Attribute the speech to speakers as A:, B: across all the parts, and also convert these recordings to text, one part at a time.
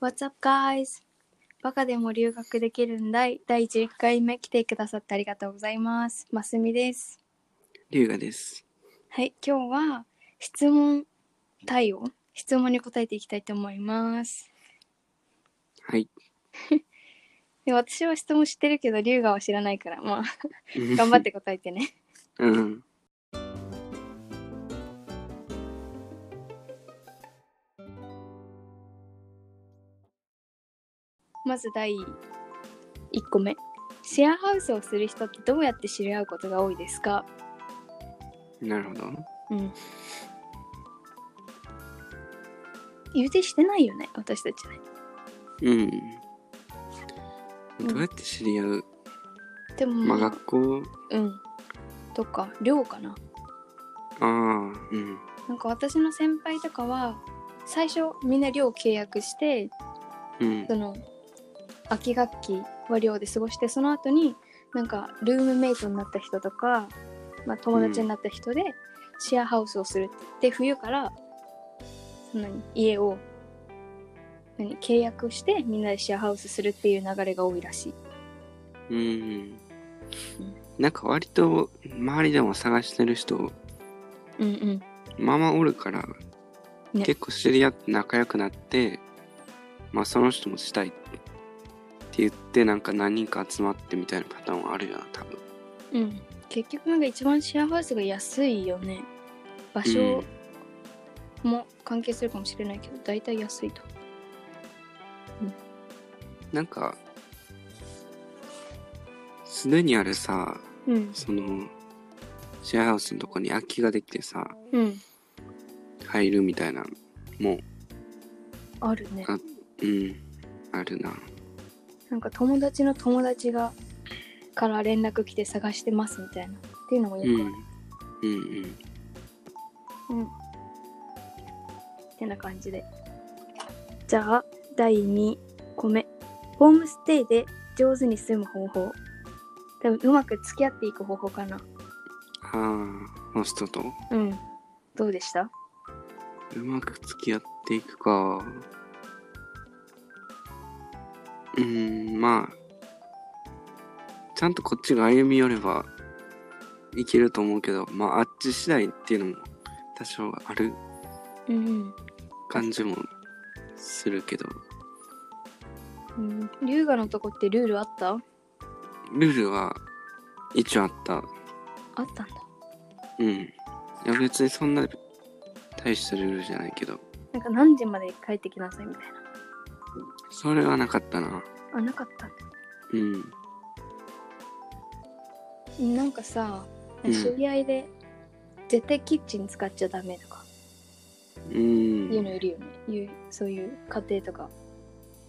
A: What's up, guys? バカでも留学できるんだい。第11回目来てくださってありがとうございます。ますみです。
B: 龍河です。
A: はい、今日は質問対応、質問に答えていきたいと思います。
B: はい。
A: で私は質問知ってるけど、龍河は知らないから、まあ、 頑張っ。て答えてね。
B: うん。
A: まず第1個目。シェアハウスをする人ってどうやって知り合うことが多いですか
B: なるほど。
A: うん。言うてしてないよね、私たちね。
B: うん。
A: うん
B: どうやって知り合う、
A: でも、
B: まあ学校、
A: うん。とか、寮かな。
B: ああ、うん。
A: なんか私の先輩とかは、最初みんな寮契約して、
B: うん
A: そ。の、秋学期は寮で過ごして、その後に、なんか、ルームメイトになった人とか、まあ、友達になった人で、シェアハウスをするって言って、冬から、その家を、何契約してみんなでシェアハウスするっていう流れが多いらしい。
B: うん。なんか割と周りでも探してる人、
A: うんうん。
B: まあまあおるから、
A: ね
B: 結構知り合って仲良くなって、まあその人もしたいって言って、なんか何人か集まってみたいなパターンはあるよな、多分。
A: うん、結局なんか一番シェアハウスが安いよね場
B: う
A: 所
B: ん
A: も関係するかもしれないけど大体安いと
B: なんか、すでにあるさ、
A: うん
B: その、シェアハウスのとこに空きができてさ、
A: うん
B: 入るみたいな、も
A: あるね
B: あう、うん、あるな。
A: なんか友達の友達がから連絡来て探してますみたいなっていうのもよ
B: うん。
A: く
B: う
A: あ
B: ん
A: る
B: うん。
A: うん、てな感じでじゃあ第2個目ホームステイで上手に住む方法多分うまく付き合っていく方法かな
B: ああ、ホストと
A: うんどうでした
B: うまく付き合っていくか。うん、まあ、ちゃんとこっちが歩み寄ればいけると思うけど、まあ、あっち次第っていうのも多少ある
A: うんうん
B: 感じもするけど、
A: うん、龍河のとこってルールあった
B: ルールは一応あった。
A: あったんだ
B: うん。いや別にそんな大したルールじゃないけど、
A: なんか何時まで帰ってきなさいみたいな
B: それはなかったな。
A: あなかったんだ
B: うん。
A: なんかさ
B: うん
A: 知り合いで絶対キッチン使っちゃダメとか
B: う
A: いうの
B: ん。
A: いるよね、いうそういう家庭とか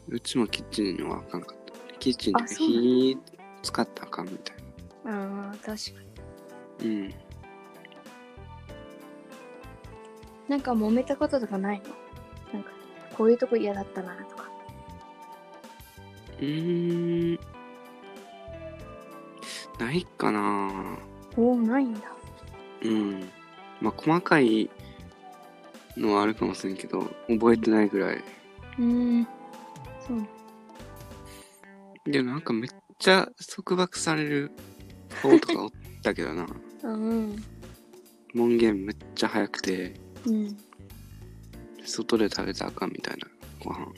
B: うちもキッチンはあかんかった。キッチンで
A: あそうなんだ
B: 火使ったらあかんみたいな。
A: ああ確かに
B: うん。
A: なんか揉めたこととかないのなんかこういうとこ嫌だったなとか
B: うーん。ないかな
A: おおないんだ
B: うん。まあ細かいのはあるかもしれんけど、覚えてないぐらい。
A: うーんそうなん
B: でもなんかめっちゃ束縛される方とかおったけ どな。
A: あうん
B: 門限めっちゃ早くて、
A: うん
B: 外で食べたらあかんみたいなご飯。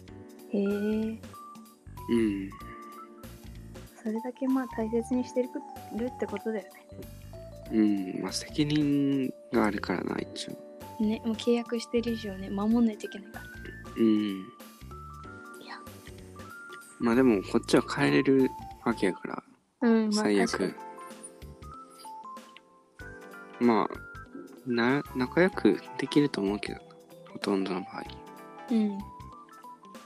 A: へえ
B: うん。
A: それだけまあ大切にしてるってことだよね
B: うん。まあ責任があるからな、一応。
A: ねもう契約してる以上ね守んないといけないから
B: うん。
A: や
B: まあでもこっちは帰れるわけやから、
A: うん、まあ、
B: 最
A: 確かに
B: 悪。まあ、な、仲良くできると思うけど、ほとんどの場合。
A: うん。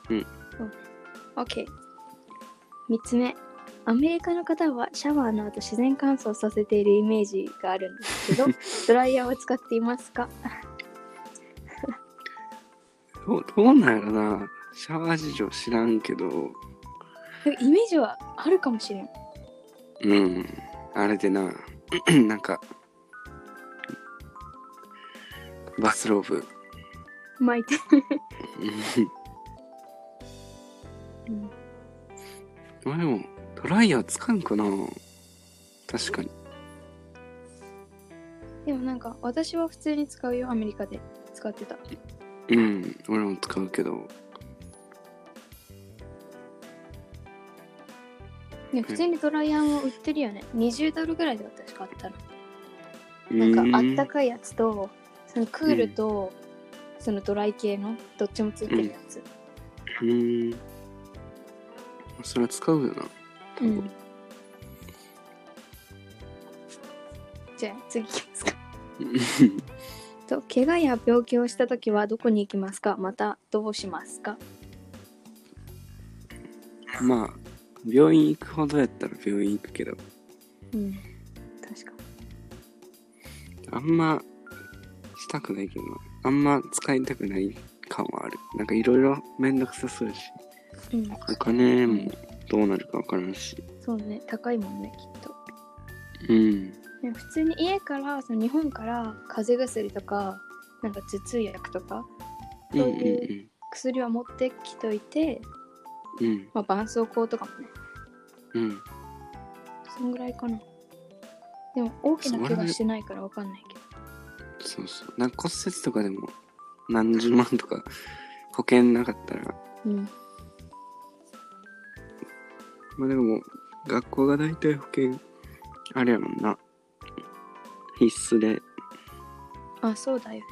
B: うん
A: そう。OK。3つ目。アメリカの方はシャワーの後自然乾燥させているイメージがあるんです けど、ドライヤーを使っていますか
B: どう、どうなんやろな。シャワー事情知らんけど、
A: なんかイメージはあるかもしれん。
B: うん。あれでな、 なんか、バスローブ。
A: 巻いて。う
B: うん
A: ん、
B: まあでも、ドライヤーつかんかな確かに。
A: でもなんか私は普通に使うよアメリカで使ってた
B: うん、俺も使うけど。
A: ね普通にドライヤーも売ってるよね20ドルぐらいで私買ったの
B: う
A: なん
B: ん
A: かあったかいやつとそのクールと、そのドライ系のどっちもついてるやつ、
B: うん。それは使うよな。
A: うん
B: うん
A: じゃあ次いき ますかと怪我や病気をした時はどこに行きますかまたどうしますか
B: まあ、病院行くほどやったら病院行くけど、
A: うん確か
B: あんましたくないけどな。あんま使いたくない感はある。なんかいろいろめんどくさそうやし、
A: に、うん、
B: お金もどうなるかわからんし。
A: そうね高いもんねきっと
B: うん。
A: ね普通に家からその日本から風邪薬とかなんか頭痛薬とか
B: うんうん
A: 薬は持ってきといて、
B: うん。うん
A: まあ、絆創膏とかもね
B: うん。
A: そんぐらいかなでも大きな怪我してないからわかんないけど
B: そうそう。なんか骨折とかでも何十万とか保険なかったら、
A: うん
B: まあでも学校が大体保険あれやもんな。必須で。
A: あそうだよね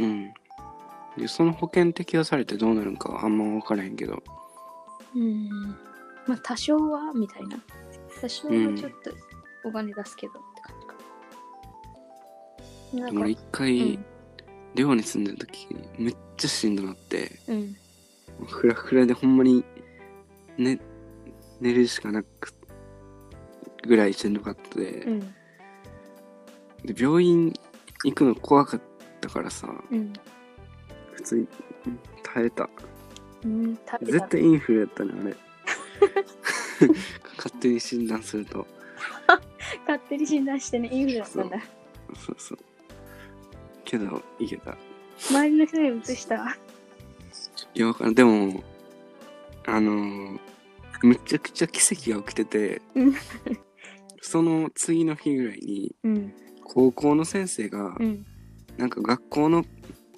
B: うん。で、その保険適用されてどうなるんかはあんま分からへんけど。
A: うんまあ多少はみたいな多少は
B: うん
A: ちょっとお金出すけどって感じか、なんか
B: 俺一回、寮に住んでる時、めっちゃしんどなって、
A: うん、うん、
B: フラフラでほんまに、ね、寝るしかなく、ぐらいしんどかったで、
A: うん
B: で病院行くの怖かったからさ
A: うん
B: 普通に耐えた
A: うん食べた
B: 絶対インフルやったね あれ勝手に診断すると
A: 勝手に診断してねインフルだったんだ
B: そうそうけどいけた
A: 周りの人に移した
B: いやわからんでもあのーむちゃくちゃ奇跡が起きてて
A: うん
B: その次の日ぐらいに
A: うん
B: 高校の先生が、
A: うん
B: なんか学校の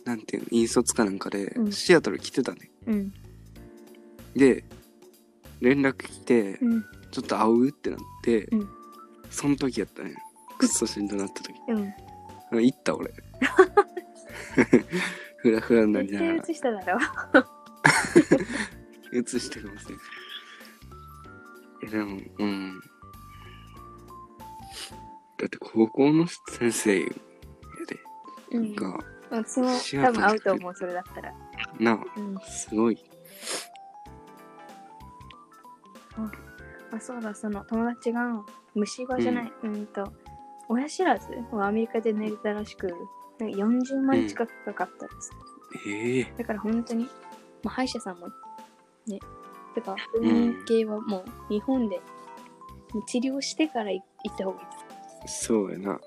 B: なんていうの引率かなんかで、
A: うん
B: シアトル来てたね
A: うん
B: で連絡来て、
A: うん
B: ちょっと会うってなって、
A: うん
B: その時やったねくっそしんどなった時
A: うん
B: 行っ た俺フラフラになり
A: 絶
B: ながら
A: 対移しただろ
B: 映してくださいえでもうんだって高校の先生や
A: う
B: で
A: ん
B: が、
A: 私も多分合うと思うそれだったら
B: なあ
A: うん
B: すごい
A: あそうだその友達が虫歯じゃない、うん、と親知らずをアメリカで寝れたらしくなんか40万近くかかったんです、
B: ええ
A: だから本当に、まあ、歯医者さんもねてか
B: ん
A: 文系はもう日本で治療してから行った方がいいです
B: そうやな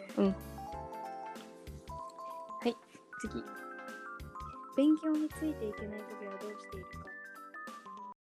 A: 次勉強についていけない時はどうしているか